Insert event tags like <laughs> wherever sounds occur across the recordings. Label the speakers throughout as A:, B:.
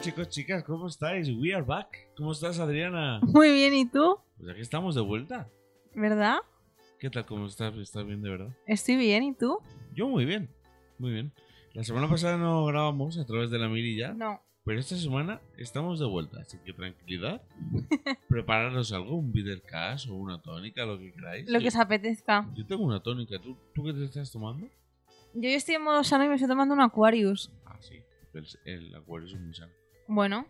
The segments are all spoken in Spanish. A: chicos, chicas, ¿cómo estáis? We are back. ¿Cómo estás, Adriana?
B: Muy bien, ¿y tú?
A: Pues aquí estamos de vuelta.
B: ¿Verdad?
A: ¿Qué tal? ¿Cómo estás? ¿Estás bien de verdad?
B: Estoy bien, ¿y tú?
A: Yo muy bien, muy bien. La semana pasada no grabamos a través de la mirilla,
B: No.
A: pero esta semana estamos de vuelta, así que
B: <laughs>
A: tranquilidad. Prepararos algo, un videocast o una tónica, lo que queráis.
B: Lo
A: yo,
B: que os apetezca.
A: yo tengo una tónica, ¿Tú, ¿tú qué te estás tomando?
B: Yo ya estoy en modo sano y me estoy tomando un Aquarius.
A: Ah, sí, el, el acuario es muy sano.
B: Bueno,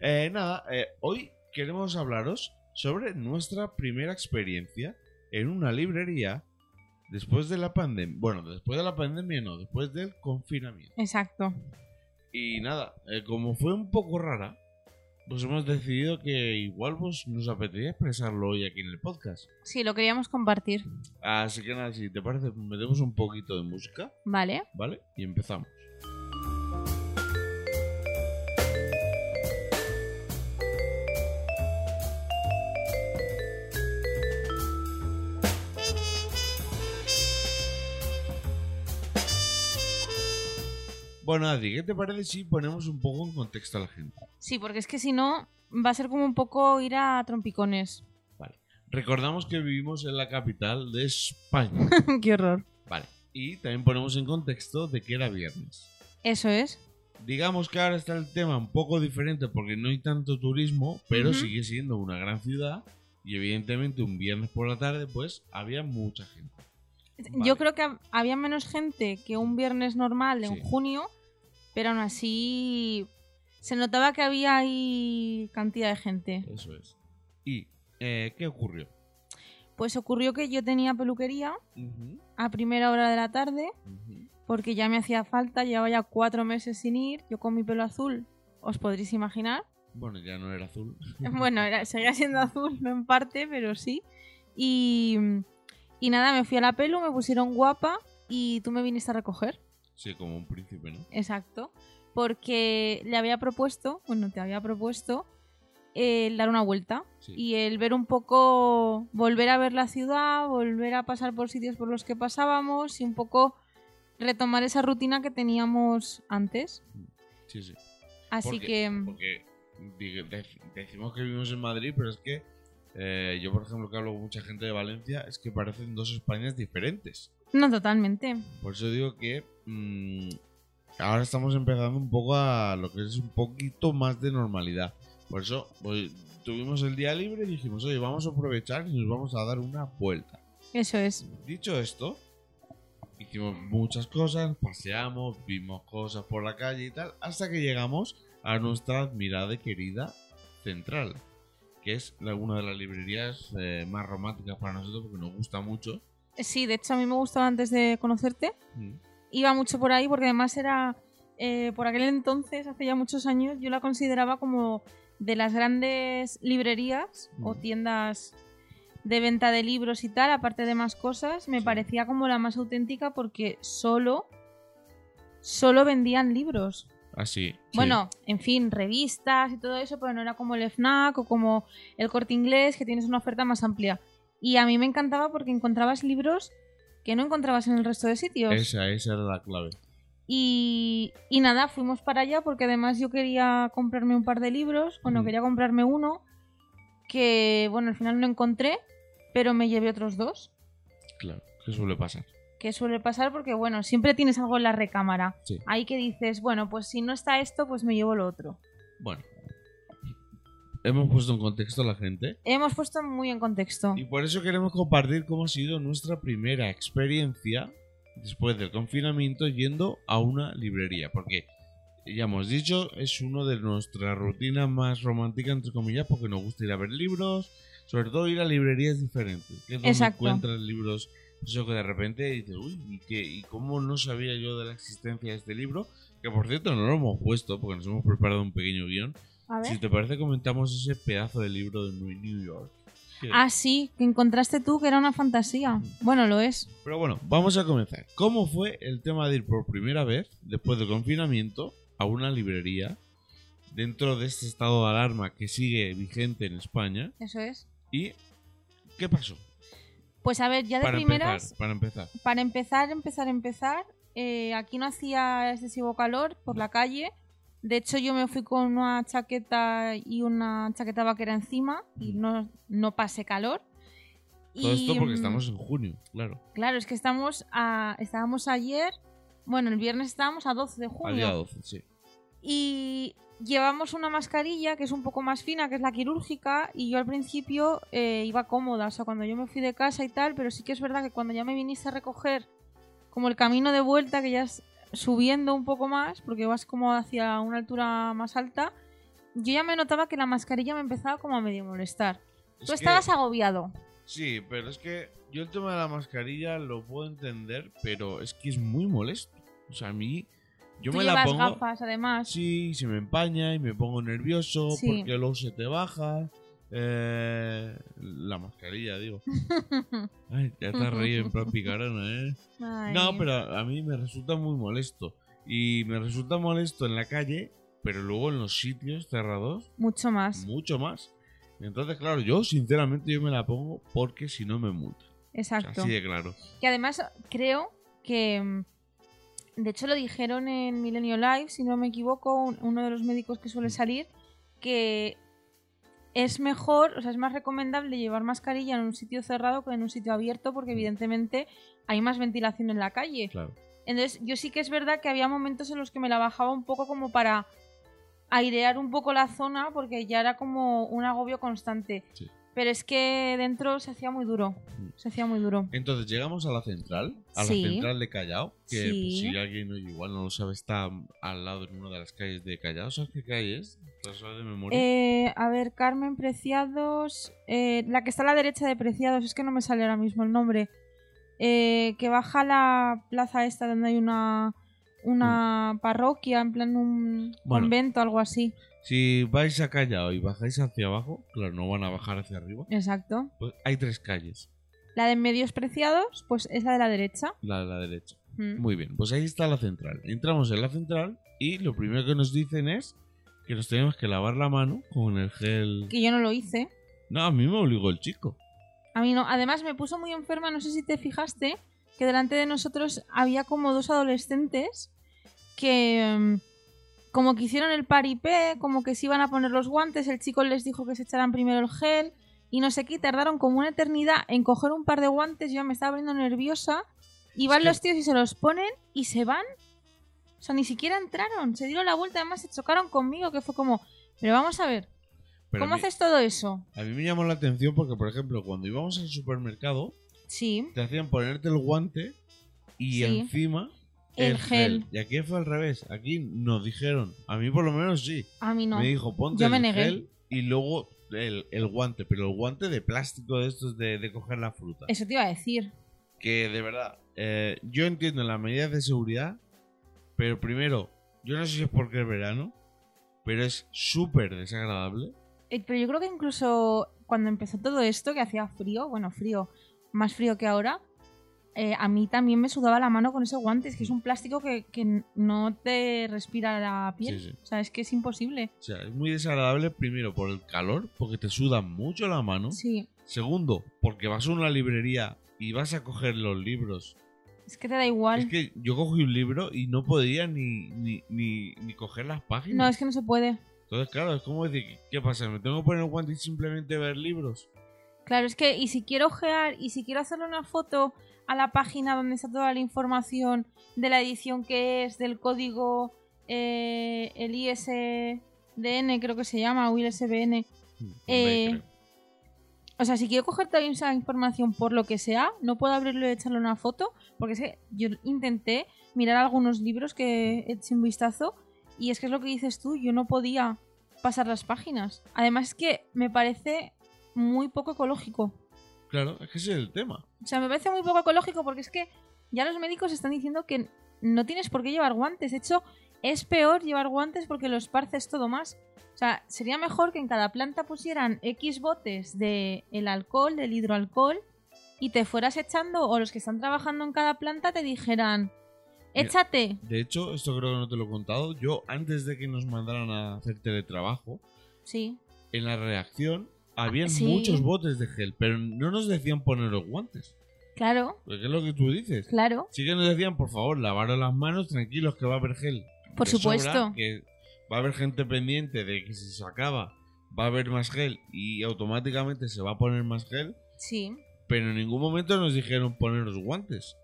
A: Eh, nada, eh, hoy queremos hablaros sobre nuestra primera experiencia en una librería después de la pandemia. Bueno, después de la pandemia no, después del confinamiento.
B: exacto.
A: Y nada, eh, como fue un poco rara, pues hemos decidido que igual pues, nos apetecía expresarlo hoy aquí en el podcast.
B: Sí, lo queríamos compartir.
A: Así que nada, si te parece, metemos un poquito de música,
B: ¿Vale?
A: ¿vale? Y empezamos. Bueno, Adri, ¿qué te parece si ponemos un poco en contexto a la gente?
B: Sí, porque es que si no, va a ser como un poco ir a trompicones. <laughs>
A: Recordamos que vivimos en la capital de España.
B: Qué horror.
A: Vale. Y también ponemos en contexto de que era viernes.
B: Eso es.
A: Digamos que ahora está el tema un poco diferente porque no hay tanto turismo, pero
B: Ujú.
A: sigue siendo una gran ciudad. Y evidentemente un viernes por la tarde, pues había mucha gente. Vale.
B: Yo creo que hab- había menos gente que un viernes normal de un
A: Sí.
B: junio, pero aún así se notaba que había ahí cantidad de gente.
A: Eso es. ¿Y eh, qué ocurrió?
B: Pues ocurrió que yo tenía peluquería a primera hora de la tarde porque ya me hacía falta, llevaba ya cuatro meses sin ir, yo con mi pelo azul, os podréis imaginar.
A: Bueno, ya no era azul.
B: <laughs> Bueno, era, seguía siendo azul, no en parte, pero sí. Y, y nada, me fui a la pelu, me pusieron guapa y tú me viniste a recoger,
A: Sí, como un príncipe, ¿no?
B: exacto, porque le había propuesto, bueno, te había propuesto el dar una vuelta
A: Sí.
B: y el ver un poco, volver a ver la ciudad, volver a pasar por sitios por los que pasábamos y un poco retomar esa rutina que teníamos antes.
A: Sí, sí.
B: Así
A: Porque-
B: que...
A: Porque digue- dec- decimos que vivimos en Madrid, pero es que eh, yo, por ejemplo, que hablo con mucha gente de Valencia, es que parecen dos Españas diferentes.
B: No, totalmente.
A: Por eso digo que mm, ahora estamos empezando un poco a lo que es un poquito más de normalidad. Por eso pues, tuvimos el día libre y dijimos, oye, vamos a aprovechar y nos vamos a dar una vuelta.
B: Eso es.
A: Dicho esto, hicimos muchas cosas, paseamos, vimos cosas por la calle y tal, hasta que llegamos a nuestra admirada y querida Central, que es la- una de las librerías eh, más románticas para nosotros porque nos gusta mucho.
B: Sí, de hecho a mí me gustaba antes de conocerte.
A: Mm.
B: Iba mucho por ahí porque además era, eh, por aquel entonces, hace ya muchos años, yo la consideraba como de las grandes librerías o
A: Mm.
B: tiendas de venta de libros y tal, aparte de más cosas, me
A: Sí.
B: parecía como la más auténtica porque solo, solo vendían libros.
A: Así. sí.
B: Bueno, en fin, revistas y todo eso, pero no era como el FNAC o como el Corte Inglés, que tienes una oferta más amplia. Y a mí me encantaba porque encontrabas libros que no encontrabas en el resto de sitios.
A: Esa, esa era la clave.
B: Y, y nada, fuimos para allá porque además yo quería comprarme un par de libros, bueno,
A: Mm.
B: quería comprarme uno, que bueno, al final no encontré, pero me llevé otros dos,
A: Claro, que suele pasar.
B: que suele pasar porque bueno, siempre tienes algo en la recámara.
A: Sí.
B: Ahí que dices, bueno, pues si no está esto, pues me llevo lo otro.
A: Bueno, hemos puesto en contexto a la gente
B: Hemos puesto muy en contexto.
A: y por eso queremos compartir cómo ha sido nuestra primera experiencia después del confinamiento yendo a una librería, porque ya hemos dicho, es una de nuestras rutinas más románticas, entre comillas, porque nos gusta ir a ver libros, sobre todo ir a librerías diferentes, que es donde
B: Exacto.
A: encuentras libros, pues, eso que de repente dices, uy, ¿y, qué- ¿y cómo no sabía yo de la existencia de este libro? Que por cierto no lo hemos puesto, porque nos hemos preparado un pequeño guión,
B: A ver.
A: Si te parece, comentamos ese pedazo de libro de New New York. Que-
B: Ah, sí, que encontraste tú que era una fantasía. Bueno, lo es.
A: Pero bueno, vamos a comenzar. ¿Cómo fue el tema de ir por primera vez, después del confinamiento, a una librería dentro de este estado de alarma que sigue vigente en España?
B: Eso es.
A: ¿Y qué pasó?
B: Pues a ver, ya de
A: Para
B: primeras,
A: empezar, para empezar.
B: para empezar, empezar, empezar, eh, aquí no hacía excesivo calor por la calle. De hecho, yo me fui con una chaqueta y una chaqueta vaquera encima y no, no pasé calor.
A: Todo
B: Y,
A: esto porque
B: mm,
A: estamos en junio, claro.
B: Claro, es que estamos a, estábamos ayer, bueno, el viernes estábamos a 12 de
A: Al
B: junio.
A: día 12, sí.
B: Y llevamos una mascarilla que es un poco más fina, que es la quirúrgica, y yo al principio eh, iba cómoda, o sea, cuando yo me fui de casa y tal, pero sí que es verdad que cuando ya me viniste a recoger, como el camino de vuelta, que ya es subiendo un poco más, porque vas como hacia una altura más alta, yo ya me notaba que la mascarilla me empezaba como a medio molestar.
A: Es
B: Tú
A: que-
B: estabas agobiado.
A: Sí, pero es que yo el tema de la mascarilla lo puedo entender, pero es que es muy molesto. O sea, a mí. Yo
B: Tú
A: me la
B: llevas
A: pongo.
B: gafas, además. <laughs>
A: Sí, se me empaña y me pongo nervioso
B: Sí.
A: porque luego se te baja. eh, la mascarilla, digo. Ay, ya te has reído en plan picarona, ¿eh?
B: Ay.
A: No, pero a mí me resulta muy molesto. Y me resulta molesto en la calle, pero luego en los sitios cerrados,
B: Mucho más.
A: mucho más. Entonces, claro, yo sinceramente yo me la pongo porque si no me multa.
B: Exacto.
A: Así de claro.
B: Que además creo que. mm, De hecho, lo dijeron en Milenio Live, si no me equivoco, un- uno de los médicos que
A: Mm.
B: suele salir, que es mejor, o sea, es más recomendable llevar mascarilla en un sitio cerrado que en un sitio abierto,
A: Mm.
B: porque evidentemente hay más ventilación en la calle.
A: Claro.
B: Entonces, yo sí que es verdad que había momentos en los que me la bajaba un poco como para airear un poco la zona, porque ya era como un agobio constante.
A: Sí.
B: Pero es que dentro se hacía muy duro.
A: Mm.
B: Se hacía muy duro.
A: Entonces llegamos a la central, a
B: Sí.
A: la central de Callao, que pues,
B: Sí.
A: si alguien no- igual no lo sabe, está al lado en una de las calles de Callao. ¿Sabes qué calle es? ¿Te lo sabes de memoria?
B: Eh, a ver, Carmen Preciados. eh, la que está a la derecha de Preciados, es que no me sale ahora mismo el nombre. eh, que baja la plaza esta donde hay una, una parroquia, en plan un
A: Mm. Bueno.
B: convento, algo así.
A: Si vais a Callao y bajáis hacia abajo, claro, no van a bajar hacia arriba,
B: Exacto.
A: pues hay tres calles,
B: La de en medios preciados, pues es la de la derecha.
A: la de la derecha.
B: Mm.
A: Muy bien, pues ahí está la central. Entramos en la central y lo primero que nos dicen es que nos tenemos que lavar la mano con el gel.
B: Que yo no lo hice.
A: No, a mí me obligó el chico.
B: A mí no. Además, me puso muy enferma, no sé si te fijaste, que delante de nosotros había como dos adolescentes que mm, como que hicieron el paripé, como que se iban a poner los guantes, el chico les dijo que se echaran primero el gel y no sé qué, y tardaron como una eternidad en coger un par de guantes, yo ya me estaba poniendo nerviosa, y van
A: que-
B: los tíos y se los ponen y se van. O sea, ni siquiera entraron, se dieron la vuelta, además se chocaron conmigo, que fue como, pero vamos a ver,
A: Pero
B: ¿cómo
A: a, mí,
B: haces todo eso?
A: a mí me llamó la atención porque, por ejemplo, cuando íbamos al supermercado,
B: Sí,
A: te hacían ponerte el guante y
B: Sí.
A: encima
B: el, gel.
A: Y aquí fue al revés. Aquí nos dijeron, a mí por lo menos sí.
B: A mí no.
A: Me dijo, ponte
B: Yo me
A: el
B: negué.
A: gel y luego el, el guante, pero el guante de plástico de estos de, de coger la fruta.
B: Eso te iba a decir.
A: Que de verdad, eh, yo entiendo las medidas de seguridad, pero primero, yo no sé si es porque es verano, pero es súper desagradable.
B: Eh, Pero yo creo que incluso cuando empezó todo esto, que hacía frío, bueno, frío, más frío que ahora, eh, a mí también me sudaba la mano con ese guante. Es que es un plástico que, que no te respira la piel.
A: Sí, sí.
B: O sea, es que es imposible.
A: O sea, es muy desagradable primero por el calor, porque te suda mucho la mano.
B: Sí,
A: Segundo, porque vas a una librería y vas a coger los libros.
B: es que te da igual.
A: Es que yo cogí un libro y no podía ni, ni, ni, ni coger las páginas.
B: No, es que no se puede.
A: Entonces, claro, es como decir, ¿qué pasa? ¿Me tengo que poner el guante y simplemente ver libros?
B: Claro, es que, y si quiero ojear, y si quiero hacerle una foto a la página donde está toda la información de la edición que es, del código, eh, el ISDN, creo que se llama, o ISBN. Eh,
A: Me creo.
B: O sea, si quiero coger toda esa información por lo que sea, no puedo abrirlo y echarle una foto, porque es que yo intenté mirar algunos libros que eché un vistazo, y es que es lo que dices tú, yo no podía pasar las páginas. Además es que me parece muy poco ecológico.
A: Claro, es que ese es el tema.
B: O sea, me parece muy poco ecológico porque es que ya los médicos están diciendo que no tienes por qué llevar guantes. De hecho, es peor llevar guantes porque los parces todo más. O sea, sería mejor que en cada planta pusieran X botes de el alcohol, del hidroalcohol, y te fueras echando, o los que están trabajando en cada planta te dijeran,
A: Mira.
B: échate.
A: De hecho, esto creo que no te lo he contado. Yo, antes de que nos mandaran a hacer teletrabajo,
B: Sí.
A: en la reacción había
B: sí.
A: muchos botes de gel, pero no nos decían poner los guantes.
B: Claro,
A: Porque es lo que tú dices.
B: claro,
A: Sí que nos decían, por favor, lavaros las manos, tranquilos, que va a haber gel.
B: por
A: que sobra,
B: supuesto.
A: que va a haber gente pendiente de que si se acaba, va a haber más gel y automáticamente se va a poner más gel,
B: Sí.
A: pero en ningún momento nos dijeron poneros guantes.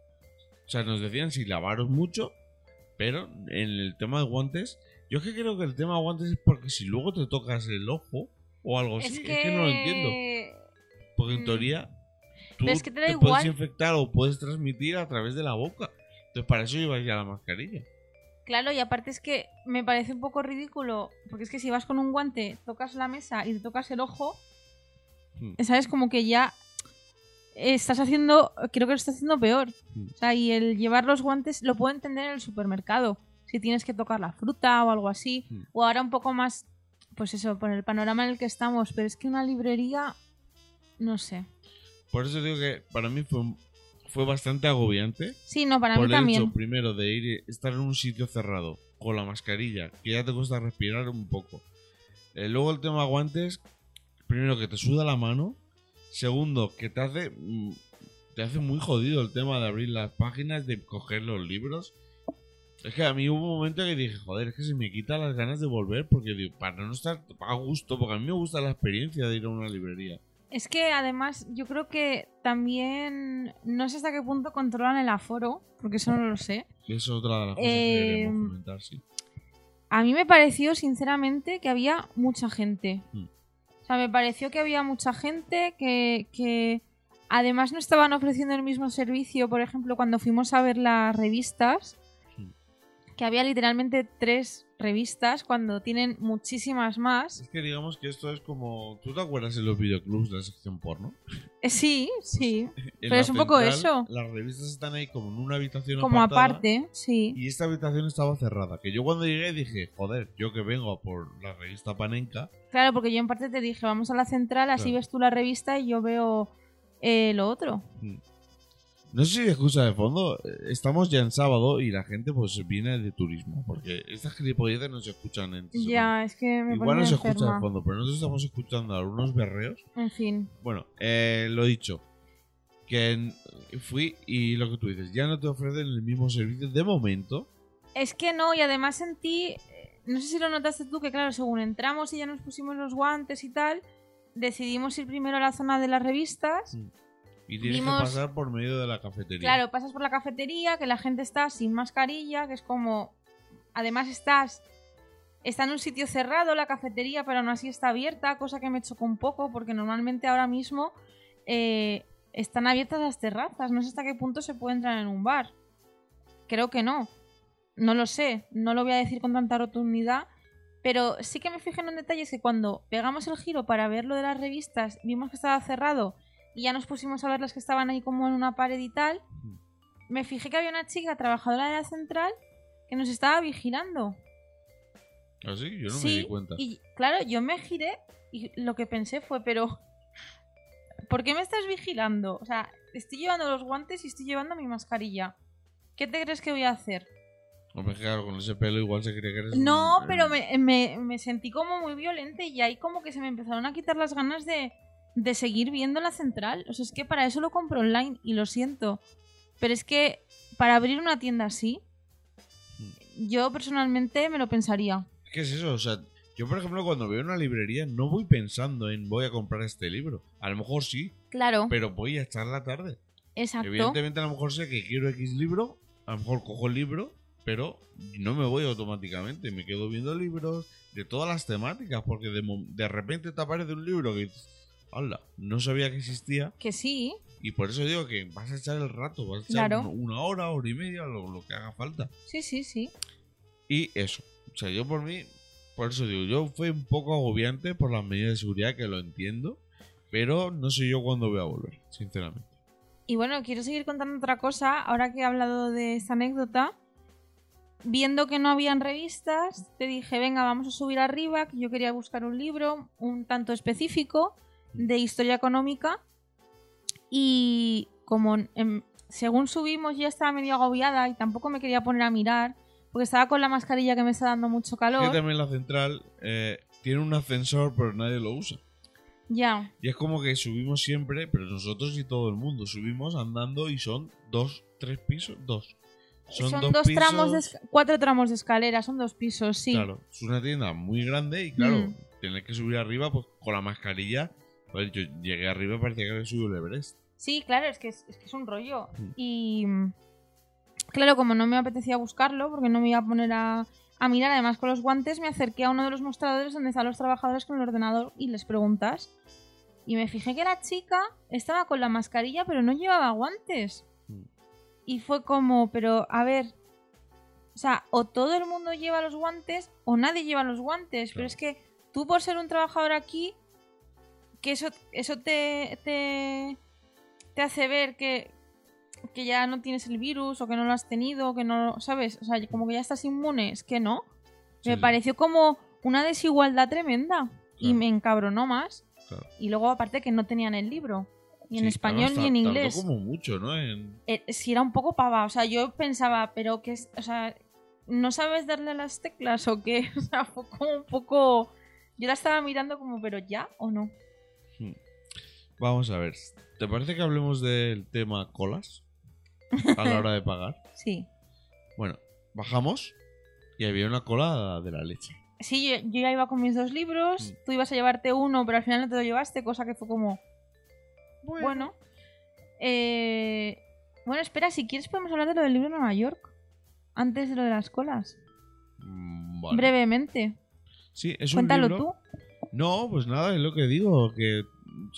A: O sea, nos decían si lavaros mucho, pero en el tema de guantes, yo es que creo que el tema de guantes es porque si luego te tocas el ojo o algo así, Pues es que no lo entiendo. Porque en
B: Mm.
A: teoría tú
B: Pero es que te da
A: puedes
B: igual.
A: infectar o puedes transmitir a través de la boca. Entonces para eso llevas ya la mascarilla.
B: Claro, y aparte es que me parece un poco ridículo, porque es que si vas con un guante, tocas la mesa y te tocas el ojo,
A: Hmm.
B: sabes como que ya estás haciendo, creo que lo estás haciendo peor.
A: Hmm.
B: O sea, y el llevar los guantes lo puedo entender en el supermercado, si tienes que tocar la fruta o algo así,
A: Hmm.
B: o ahora un poco más, pues eso, por el panorama en el que estamos, pero es que una librería, no sé.
A: Por eso digo que para mí fue, fue bastante agobiante.
B: Sí, no, para
A: por
B: mí
A: el
B: también.
A: hecho primero de ir estar en un sitio cerrado con la mascarilla, que ya te cuesta respirar un poco. Eh, luego el tema guantes, primero que te suda la mano, segundo que te hace mm, te hace muy jodido el tema de abrir las páginas, de coger los libros. Es que a mí hubo un momento que dije, joder, es que se me quita las ganas de volver porque digo, para no estar a gusto, porque a mí me gusta la experiencia de ir a una librería.
B: Es que además yo creo que también no sé hasta qué punto controlan el aforo, porque eso no lo sé.
A: Esa es otra de las cosas
B: Eh,
A: que queremos comentar, sí.
B: A mí me pareció sinceramente que había mucha gente.
A: Mm.
B: O sea, me pareció que había mucha gente que, que además no estaban ofreciendo el mismo servicio, por ejemplo, cuando fuimos a ver las revistas,
A: Sí.
B: que había literalmente tres revistas cuando tienen muchísimas más.
A: Es que digamos que esto es como. ¿Tú te acuerdas en los videoclubs de la sección porno?
B: Eh, Sí, sí,
A: En
B: Pero
A: la
B: es un poco eso.
A: Las revistas están ahí como en una habitación
B: como
A: apartada,
B: aparte, sí.
A: Y esta habitación estaba cerrada. Que yo cuando llegué dije, joder, yo que vengo a por la revista Panenka.
B: Claro, porque yo en parte te dije, vamos a la central, así
A: Claro.
B: ves tú la revista y yo veo eh, lo otro.
A: mm, No sé si de excusa de fondo, eh, estamos ya en sábado y la gente pues viene de turismo. Porque estas gilipolleces no se escuchan en.
B: Ya, es que me
A: Igual
B: pone
A: no se escucha de
B: enferma.
A: fondo, pero nosotros estamos escuchando algunos berreos.
B: En fin,
A: Bueno, eh, lo dicho. Que en- fui y lo que tú dices, ya no te ofrecen el mismo servicio de momento.
B: es que no, y además sentí, eh, no sé si lo notaste tú, que claro, según entramos y ya nos pusimos los guantes y tal, decidimos ir primero a la zona de las revistas.
A: Y tienes
B: Vimos-
A: que pasar por medio de la cafetería.
B: Claro, pasas por la cafetería, que la gente está sin mascarilla, que es como, además estás... Está en un sitio cerrado la cafetería, pero aún así está abierta, cosa que me chocó un poco, porque normalmente ahora mismo eh, están abiertas las terrazas. No sé hasta qué punto se puede entrar en un bar. Creo que no. No lo sé. No lo voy a decir con tanta rotundidad. Pero sí que me fijé en un detalle: es que cuando pegamos el giro para ver lo de las revistas, vimos que estaba cerrado y ya nos pusimos a ver las que estaban ahí como en una pared y tal.
A: Ujú.
B: Me fijé que había una chica trabajadora de la central que nos estaba vigilando.
A: Así, Ah, yo no
B: Sí,
A: me di cuenta.
B: Y claro, yo me giré y lo que pensé fue, pero ¿por qué me estás vigilando? O sea, estoy llevando los guantes y estoy llevando mi mascarilla. ¿Qué te crees que voy a hacer?
A: Hombre, claro, con ese pelo igual se cree que eres.
B: No,
A: un- eh,
B: pero me, me- me sentí como muy violenta y ahí como que se me empezaron a quitar las ganas de, de seguir viendo la central. O sea, es que para eso lo compro online y lo siento. Pero es que para abrir una tienda así, yo personalmente me lo pensaría.
A: ¿Qué es eso? O sea, yo por ejemplo cuando veo una librería no voy pensando en voy a comprar este libro. A lo mejor sí,
B: Claro,
A: pero voy a echar la tarde.
B: exacto.
A: Evidentemente a lo mejor sé que quiero X libro, a lo mejor cojo el libro, pero no me voy automáticamente, me quedo viendo libros de todas las temáticas, porque de, mo- de repente te aparece un libro que dices, "Hala, no sabía que existía,
B: Que sí,
A: y por eso digo que vas a echar el rato, vas a echar
B: Claro.
A: un- una hora, hora y media, lo, lo que haga falta.
B: sí, sí, sí.
A: Y eso, o sea, yo por mí, por eso digo, yo fue un poco agobiante por las medidas de seguridad, que lo entiendo, pero no sé yo cuándo voy a volver, sinceramente.
B: Y bueno, quiero seguir contando otra cosa, ahora que he hablado de esta anécdota. Viendo que no habían revistas, te dije, venga, vamos a subir arriba, que yo quería buscar un libro un tanto específico de historia económica. Y como em, según subimos ya estaba medio agobiada y tampoco me quería poner a mirar, porque estaba con la mascarilla que me está dando mucho
A: Que
B: calor.
A: también la central eh, tiene un ascensor, pero nadie lo usa.
B: Ya,
A: Y es como que subimos siempre, pero nosotros y todo el mundo subimos andando y son dos, tres pisos, dos.
B: Son, dos, tramos, de esca- cuatro tramos de escalera, son dos pisos, sí.
A: Claro, es una tienda muy grande y claro,
B: Mm.
A: tener que subir arriba pues, con la mascarilla. Pues, yo llegué arriba y parecía que había subido el Everest.
B: Sí, claro, es que es, es que es un rollo.
A: Mm.
B: Y mm, claro, como no me apetecía buscarlo, porque no me iba a poner a, a mirar, además con los guantes, me acerqué a uno de los mostradores donde están los trabajadores con el ordenador y les preguntas. Y me fijé que la chica estaba con la mascarilla, pero no llevaba guantes.
A: Mm.
B: Y fue como, pero a ver, o sea, o todo el mundo lleva los guantes o nadie lleva los guantes.
A: Claro.
B: Pero es que tú por ser un trabajador aquí, que eso, eso te, te, te hace ver que, que ya no tienes el virus o que no lo has tenido, que no, ¿sabes? O sea, como que ya estás inmune, es que no.
A: Sí,
B: me
A: sí.
B: pareció como una desigualdad tremenda y
A: Claro.
B: me encabronó más.
A: Claro.
B: Y luego aparte que no tenían el libro, ni en
A: Sí,
B: español
A: además,
B: ni en
A: tardó
B: inglés
A: como mucho, ¿no? En-
B: eh, si era un poco pava. O sea, yo pensaba, pero que es. O sea, ¿no sabes darle a las teclas o qué? <laughs> O sea, fue como un poco. Yo la estaba mirando como, ¿pero ya o no?
A: Vamos a ver. ¿Te parece que hablemos del tema colas? A la hora de pagar.
B: Sí.
A: Bueno, bajamos y había una cola de la leche.
B: Sí, yo, yo ya iba con mis dos libros.
A: Mm.
B: Tú ibas a llevarte uno, pero al final no te lo llevaste, cosa que fue como. Bueno. Bueno, Eh, bueno espera, si quieres podemos hablar de lo del libro de Nueva York. Antes de lo de las colas.
A: Mm, vale.
B: Brevemente.
A: Sí, es un
B: Cuéntalo
A: libro-
B: tú.
A: No, pues nada, es lo que digo, que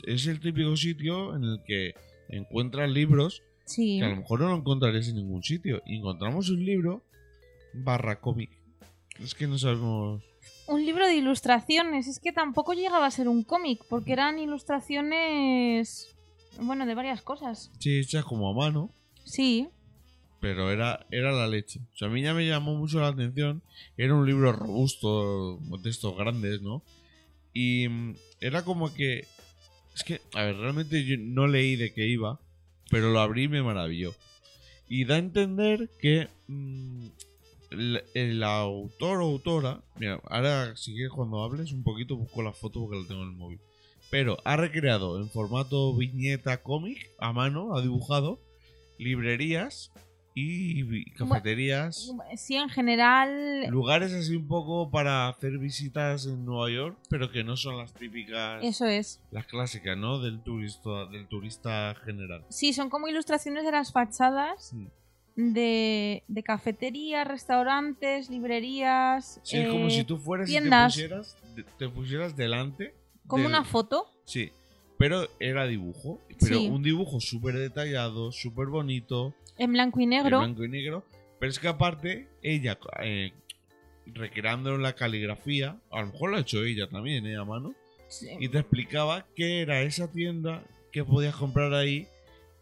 A: es el típico sitio en el que encuentras libros
B: Sí.
A: que a lo mejor no lo encontrarías en ningún sitio. Y encontramos un libro barra cómic. Es que no sabemos...
B: Un libro de ilustraciones, es que tampoco llegaba a ser un cómic, porque eran ilustraciones, bueno, de varias cosas.
A: Sí, hecha como a mano,
B: Sí,
A: pero era, era la leche. O sea, a mí ya me llamó mucho la atención. Era un libro robusto, de estos grandes, ¿no? Y mm, era como que... Es que, a ver, realmente yo no leí de qué iba, pero lo abrí y me maravilló. Y da a entender que mm, el, el autor o autora... Mira, ahora si quieres cuando hables un poquito busco la foto porque la tengo en el móvil. Pero ha recreado en formato viñeta cómic, a mano, ha dibujado, librerías y vi-
B: Bueno,
A: cafeterías
B: sí, en general,
A: lugares así un poco para hacer visitas en Nueva York, pero que no son las típicas,
B: eso es.
A: las clásicas, ¿no? Del turista, del turista general.
B: Sí, son como ilustraciones de las fachadas
A: Sí.
B: de, de cafeterías, restaurantes, librerías,
A: Sí, es como
B: eh,
A: si tú fueras
B: tiendas.
A: y te pusieras, te- te pusieras delante.
B: como
A: del-
B: una foto.
A: Sí, pero era dibujo, pero
B: Sí.
A: un dibujo súper detallado, súper bonito,
B: En blanco y
A: en
B: negro.
A: blanco y negro. Pero es que aparte, ella, eh, recreando la caligrafía, a lo mejor lo ha hecho ella también, ¿eh? A mano.
B: Sí.
A: y te explicaba qué era esa tienda, qué podías comprar ahí.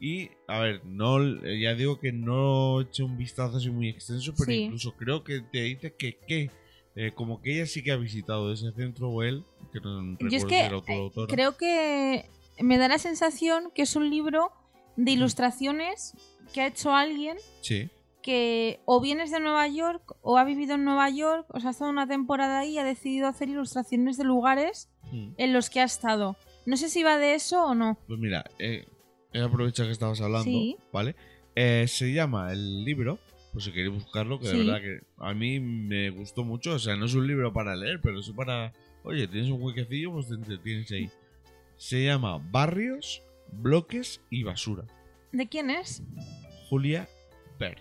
A: Y, a ver, no eh, ya digo que no eché un vistazo así muy extenso, pero
B: Sí.
A: incluso creo que te dice que, que eh, como que ella sí que ha visitado ese centro o él, que no
B: Yo es
A: recuerdo
B: que,
A: si era otro
B: eh,
A: autor.
B: Creo que me da la sensación que es un libro de ilustraciones que ha hecho alguien
A: Sí,
B: que o vienes de Nueva York o ha vivido en Nueva York, o sea, ha estado una temporada ahí y ha decidido hacer ilustraciones de lugares
A: Mm.
B: en los que ha estado. No sé si va de eso o no.
A: Pues mira, eh, he aprovechado que estabas hablando,
B: Sí.
A: ¿vale? Eh, se llama el libro, por si queréis buscarlo, que
B: Sí.
A: de verdad que a mí me gustó mucho. O sea, no es un libro para leer, pero es para. Oye, tienes un huequecillo, pues te entretienes ahí. Se llama Barrios, Bloques y Basura.
B: ¿De quién es?
A: Julia Berth.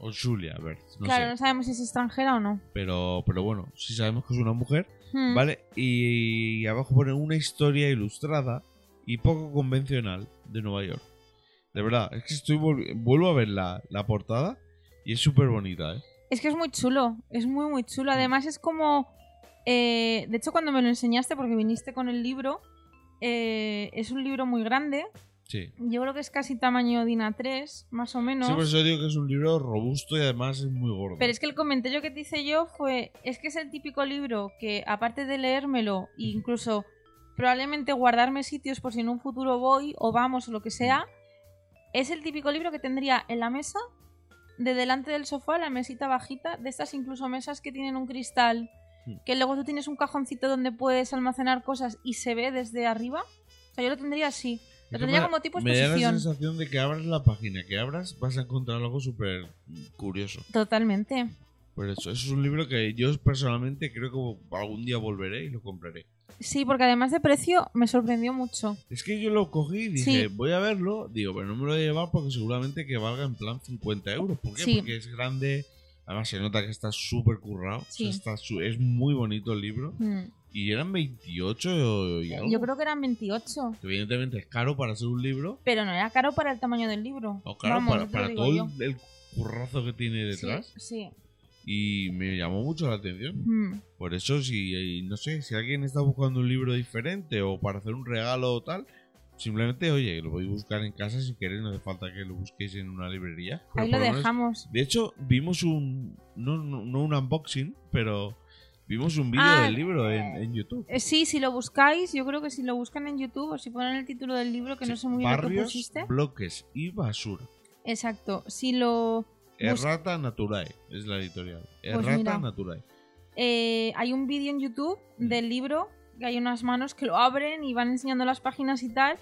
A: O Julia Berth, no
B: claro, no
A: sé.
B: sabemos si es extranjera o no.
A: Pero, pero bueno, si sabemos que es una mujer.
B: Hmm.
A: ¿Vale? Y abajo pone una historia ilustrada y poco convencional de Nueva York. De verdad, es que estoy volvi- vuelvo a ver la, la portada y es súper bonita, ¿eh?
B: Es que es muy chulo, es muy, muy chulo.
A: Hmm.
B: Además, es como. eh, de hecho, cuando me lo enseñaste, porque viniste con el libro, eh, es un libro muy grande.
A: Sí.
B: Yo creo que es casi tamaño DIN A3, más o menos.
A: Sí, pues, por eso digo que es un libro robusto y además es muy gordo.
B: Pero es que el comentario que te hice yo fue, es que es el típico libro que aparte de leérmelo e incluso probablemente guardarme sitios por si en un futuro voy o vamos o lo que sea, es el típico libro que tendría en la mesa, de delante del sofá, la mesita bajita, de estas incluso mesas que tienen un cristal,
A: Mm.
B: que luego tú tienes un cajoncito donde puedes almacenar cosas y se ve desde arriba. O sea, yo lo tendría así.
A: yo
B: Lo tendría
A: me-
B: como tipo
A: Me da la
B: exposición.
A: sensación de que abras la página, que abras, vas a encontrar algo súper curioso.
B: Totalmente.
A: Por eso, es un libro que yo personalmente creo que algún día volveré y lo compraré.
B: Sí, porque además de precio me sorprendió mucho.
A: Es que yo lo cogí y dije,
B: Sí.
A: voy a verlo. Digo, pero no me lo voy a llevar porque seguramente que valga en plan 50 euros. ¿Por qué?
B: Sí.
A: Porque es grande. Además, se nota que está súper currado. o sea,
B: Sí.
A: está su- es muy bonito el libro.
B: Mm.
A: Y eran 28 y algo.
B: Yo creo que eran 28.
A: Que Evidentemente es caro para ser un libro.
B: Pero no era caro para el tamaño del libro.
A: O claro,
B: Vamos,
A: para,
B: yo te
A: para
B: lo digo
A: todo el, el currazo que tiene
B: yo.
A: detrás.
B: Sí. sí.
A: Y me llamó mucho la atención.
B: Mm.
A: Por eso, si, eh, no sé, si alguien está buscando un libro diferente o para hacer un regalo o tal, simplemente, oye, lo podéis buscar en casa si queréis, no hace falta que lo busquéis en una librería. Pero
B: Ahí
A: por
B: lo
A: menos-
B: dejamos.
A: De hecho, vimos un, no, no, no un unboxing, pero vimos un vídeo
B: Ah,
A: del libro en,
B: eh,
A: en YouTube.
B: Eh, sí, si lo buscáis, yo creo que si lo buscan en YouTube o si ponen el título del libro, que no
A: Sí,
B: sé muy bien lo que
A: Barrios,
B: pusiste.
A: bloques y basura.
B: Exacto. Si lo. Bus-
A: Errata Naturae es la editorial. Errata
B: Pues mira.
A: Naturae.
B: eh, hay un vídeo en YouTube
A: Hmm.
B: del libro que hay unas manos que lo abren y van enseñando las páginas y tal.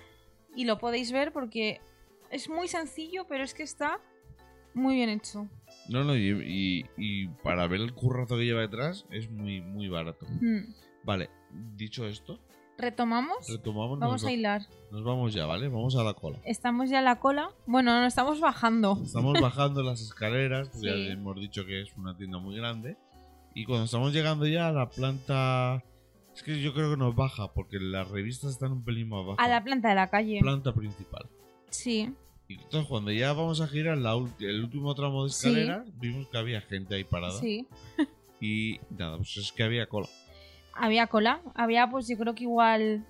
B: Y lo podéis ver porque es muy sencillo, pero es que está muy bien hecho.
A: No, no, y, y- y para ver el currazo que lleva detrás es muy, muy barato.
B: Mm.
A: Vale, dicho esto,
B: ¿Retomamos?
A: retomamos
B: Vamos
A: nos,
B: a hilar.
A: nos vamos ya, ¿vale? Vamos a la cola.
B: Estamos ya en la cola. Bueno, no, estamos bajando. <laughs>
A: Estamos bajando las escaleras, porque
B: Sí.
A: ya hemos dicho que es una tienda muy grande. Y cuando estamos llegando ya a la planta... Es que yo creo que nos baja, porque las revistas están un pelín más bajas.
B: A la planta de la calle.
A: planta principal.
B: Sí.
A: Y entonces cuando ya vamos a girar la ulti- el último tramo de
B: Sí.
A: escalera, vimos que había gente ahí parada.
B: Sí.
A: Y nada, pues es que había cola.
B: Había cola. Había, pues yo creo que igual.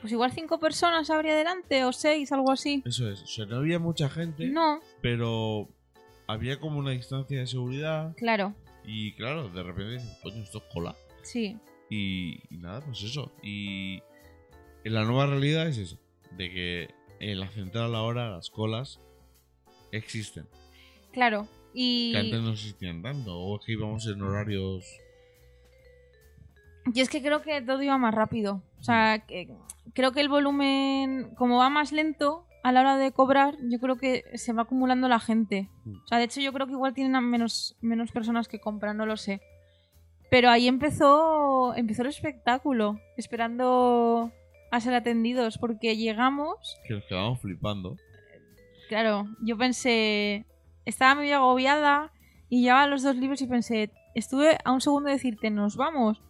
B: Pues igual cinco personas habría delante o seis, algo así.
A: Eso es, o sea, no había mucha gente,
B: No,
A: pero había como una distancia de seguridad.
B: claro.
A: Y claro, de repente dices, coño, esto es cola.
B: Sí.
A: Y, y nada, pues eso. Y en la nueva realidad es eso: de que en la central ahora las colas existen.
B: Claro. Y.
A: Que antes no existían tanto, o es que íbamos en horarios.
B: Yo es que creo que todo iba más rápido. O sea, que- creo que el volumen, como va más lento a la hora de cobrar, yo creo que se va acumulando la gente.
A: Mm.
B: O sea, de hecho yo creo que igual tienen a menos, menos personas que compran, no lo sé. Pero ahí empezó, empezó el espectáculo, esperando a ser atendidos, porque llegamos,
A: que nos quedábamos flipando.
B: claro, yo pensé, estaba medio agobiada y llevaba los dos libros y pensé, estuve a un segundo de decirte, nos vamos.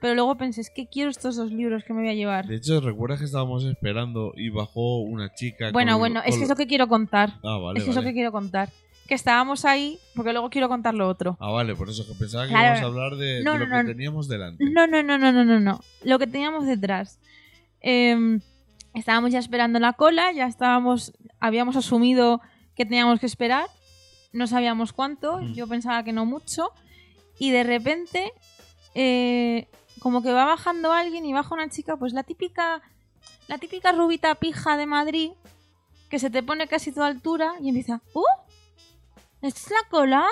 B: Pero luego pensé, es que quiero estos dos libros que me voy a llevar.
A: De hecho, ¿recuerdas que estábamos esperando y bajó una chica?
B: Bueno,
A: con-
B: bueno, es
A: con-
B: que es lo que quiero contar.
A: Ah, vale,
B: es que es lo
A: vale.
B: que quiero contar. Que estábamos ahí, porque luego quiero contar lo otro.
A: Ah, vale, por eso que pensaba que
B: Claro.
A: íbamos a hablar de,
B: No,
A: de lo
B: no,
A: que
B: no.
A: teníamos delante.
B: No, no, no, no, no, no, no. Lo que teníamos detrás. Em, estábamos ya esperando en la cola, ya estábamos, habíamos asumido que teníamos que esperar, no sabíamos cuánto,
A: Mm.
B: yo pensaba que no mucho, y de repente, eh, como que va bajando alguien y baja una chica, pues la típica, la típica rubita pija de Madrid, que se te pone casi a tu altura y empieza, ¡Uh! ¿Esta es la cola?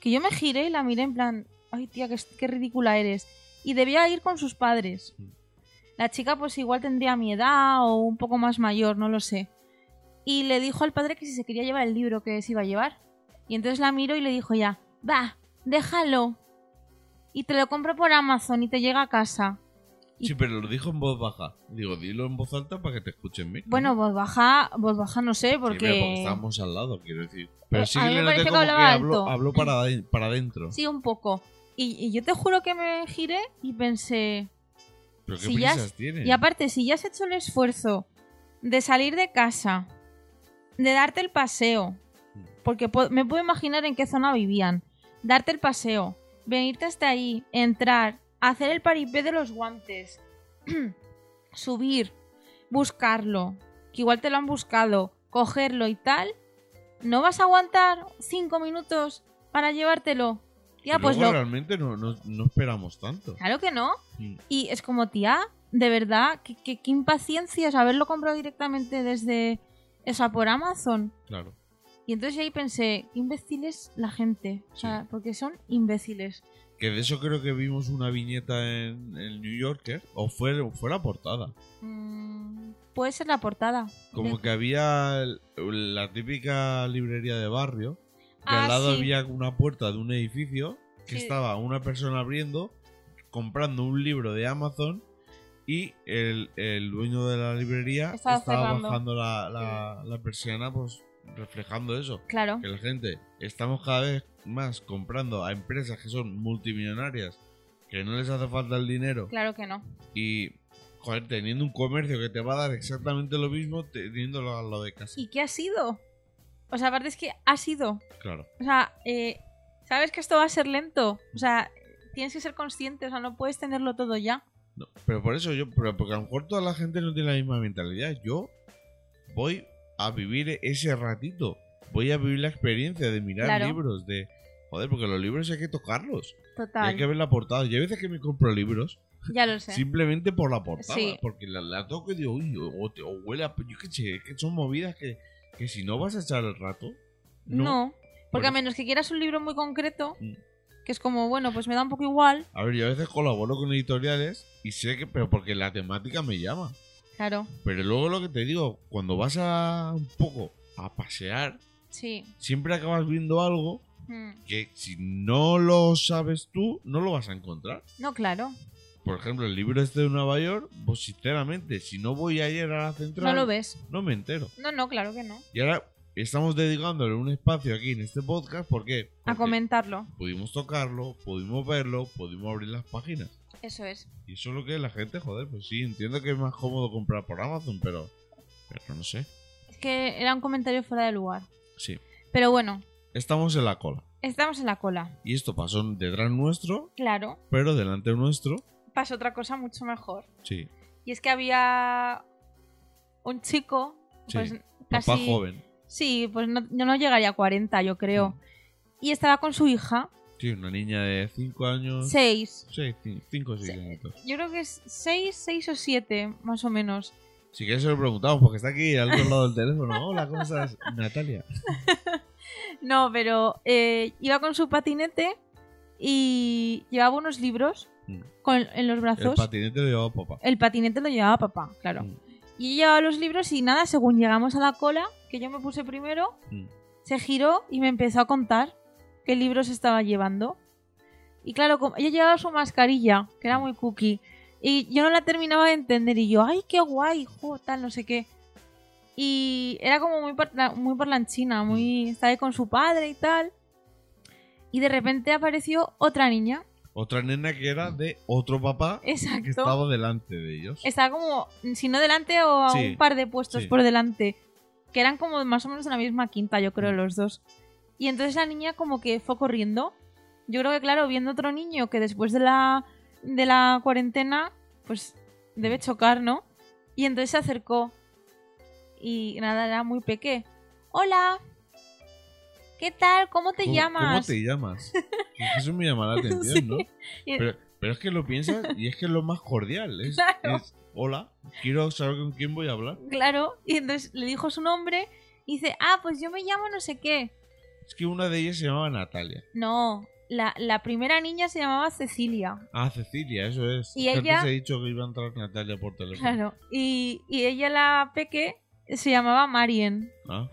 B: Que yo me giré y la miré en plan, ay tía, qué, qué ridícula eres. Y debía ir con sus padres. La chica pues igual tendría mi edad o un poco más mayor, no lo sé. Y le dijo al padre que si se quería llevar el libro que se iba a llevar. Y entonces la miro y le dijo ya, va, déjalo. Y te lo compro por Amazon y te llega a casa.
A: Sí, pero lo dijo en voz baja. Digo, dilo en voz alta para que te escuchen bien.
B: Bueno, voz baja, voz baja no sé,
A: Sí, pues,
B: porque...
A: pero porque estábamos al lado, quiero decir. Pero
B: Eh,
A: sí
B: a
A: que
B: mí
A: le
B: me
A: noté
B: pareció que
A: como que
B: hablaba
A: habló,
B: alto. <laughs>
A: habló para, aden- para adentro.
B: Sí, un poco. Y, y yo te juro que me giré y pensé.
A: Pero qué
B: Sí, ya
A: prisas
B: es-
A: tiene.
B: Y aparte, si ya has hecho el esfuerzo de salir de casa, de darte el paseo, porque po- me puedo imaginar en qué zona vivían, darte el paseo, venirte hasta ahí, entrar, hacer el paripé de los guantes, <clears throat> subir, buscarlo, que igual te lo han buscado, cogerlo y tal, ¿no vas a aguantar cinco minutos para llevártelo?
A: Y
B: Tía, pues
A: luego
B: lo,
A: realmente no, no, no esperamos tanto.
B: Claro que no.
A: Mm.
B: Y es como, tía, de verdad, qué, qué, qué impaciencia es haberlo comprado directamente desde esa por Amazon.
A: Claro.
B: Y entonces ahí pensé, qué imbéciles la gente. O sea,
A: Sí.
B: porque son imbéciles.
A: Que de eso creo que vimos una viñeta en el New Yorker. O fue, o fue la portada.
B: Mm, Puede ser la portada. Eh,
A: Como
B: De-
A: que había el- la típica librería de barrio, que
B: Ah,
A: al lado
B: sí.
A: había una puerta de un edificio que
B: Sí.
A: estaba una persona abriendo, comprando un libro de Amazon y el, el dueño de la librería
B: Estaba cerrando.
A: bajando la, la- la persiana, pues reflejando eso.
B: Claro.
A: Que la gente, estamos cada vez más comprando a empresas que son multimillonarias, que no les hace falta el dinero
B: Claro que no.
A: y, joder, teniendo un comercio que te va a dar exactamente lo mismo, teniéndolo al lado de casa.
B: ¿Y qué ha sido? O sea, aparte es que ha sido.
A: Claro.
B: O sea, eh, sabes que esto va a ser lento. O sea, tienes que ser consciente. O sea, no puedes tenerlo todo ya.
A: No, pero por eso yo, pero porque a lo mejor toda la gente no tiene la misma mentalidad. Yo voy a vivir ese ratito. Voy a vivir la experiencia de mirar
B: Claro.
A: libros, de... Joder, porque los libros hay que tocarlos. y
B: Total.
A: hay que ver la portada. Yo hay veces que me compro libros
B: Ya lo sé.
A: simplemente por la portada.
B: Sí.
A: Porque la, la toco y digo, uy, o, o- o huele a... Yo qué sé, es que son movidas que, que si no vas a echar el rato...
B: no. Porque a
A: Bueno.
B: menos que quieras un libro muy concreto,
A: Mm.
B: que es como, bueno, pues me da un poco igual.
A: A ver, yo a veces colaboro con editoriales y sé que, pero porque la temática me llama.
B: Claro.
A: Pero luego lo que te digo, cuando vas a un poco a pasear,
B: Sí.
A: siempre acabas viendo algo
B: Mm.
A: que si no lo sabes tú, no lo vas a encontrar.
B: No, claro.
A: Por ejemplo, el libro este de Nueva York, pues sinceramente, si no voy ayer a la
B: No
A: central,
B: lo ves.
A: no me entero.
B: No, no, claro que no.
A: Y ahora estamos dedicándole un espacio aquí en este podcast ¿por qué? porque
B: A comentarlo.
A: pudimos tocarlo, pudimos verlo, pudimos abrir las páginas.
B: Eso es.
A: Y eso es lo que la gente, joder, pues sí, entiendo que es más cómodo comprar por Amazon, pero. Pero no sé.
B: Es que era un comentario fuera de lugar.
A: Sí.
B: Pero bueno,
A: Estamos en la cola.
B: estamos en la cola.
A: Y esto pasó detrás nuestro,
B: Claro.
A: pero delante nuestro.
B: Pasó otra cosa mucho mejor.
A: Sí.
B: Y es que había un chico,
A: Sí,
B: pues
A: Papá
B: casi...
A: joven.
B: Sí, pues no, yo no llegaría a 40, yo creo.
A: Mm.
B: Y estaba con su hija,
A: Sí, una niña de 5 años.
B: 6.
A: 5 o 6
B: Sí.
A: años.
B: Yo creo que es 6, 6 o 7, más o menos.
A: Si quieres, se lo preguntamos, porque está aquí al otro lado del teléfono. Hola, ¿cómo
B: <laughs>
A: estás? Natalia.
B: No, pero eh, iba con su patinete y llevaba unos libros
A: Mm.
B: con, en los
A: El
B: brazos.
A: patinete lo llevaba papá.
B: El patinete lo llevaba papá, claro.
A: Mm.
B: Y yo llevaba los libros y nada, según llegamos a la cola, que yo me puse primero,
A: Mm.
B: se giró y me empezó a contar qué libros estaba llevando. Y claro, como- ella llevaba su mascarilla, que era muy cookie, y yo no la terminaba de entender y yo, ay, qué guay, jo, tal, no sé qué. Y era como muy, parla- muy parlanchina, muy... Estaba ahí con su padre y tal. Y de repente apareció otra niña.
A: Otra nena que era de otro papá
B: Exacto.
A: que estaba delante de ellos.
B: Está como, si no delante o a
A: Sí,
B: un par de puestos
A: sí.
B: por delante, que eran como más o menos de la misma quinta, yo creo,
A: Mm.
B: los dos. Y entonces la niña como que fue corriendo. Yo creo que, claro, viendo otro niño que después de la, de la cuarentena, pues debe
A: Mm.
B: chocar, ¿no? Y entonces se acercó. Y nada, era muy pequé. Hola. ¿Qué tal? ¿Cómo te
A: ¿Cómo- ¿Cómo
B: llamas?
A: te
B: <laughs>
A: llamas? Que Eso me llama la atención,
B: Sí.
A: ¿no? Pero, pero es que lo piensas y es que es lo más cordial. Es,
B: Claro.
A: es, hola, quiero saber con quién voy a hablar.
B: Claro. Y entonces le dijo su nombre y dice, ah, pues yo me llamo no sé qué.
A: Es que una de ellas se llamaba Natalia.
B: No, la, la primera niña se llamaba Cecilia. <laughs>
A: Ah, Cecilia, eso es.
B: Y
A: Es que
B: ella-
A: Antes he dicho que iba a entrar Natalia por teléfono.
B: Claro. Y, y ella, la peque, se llamaba Marien.
A: Ah,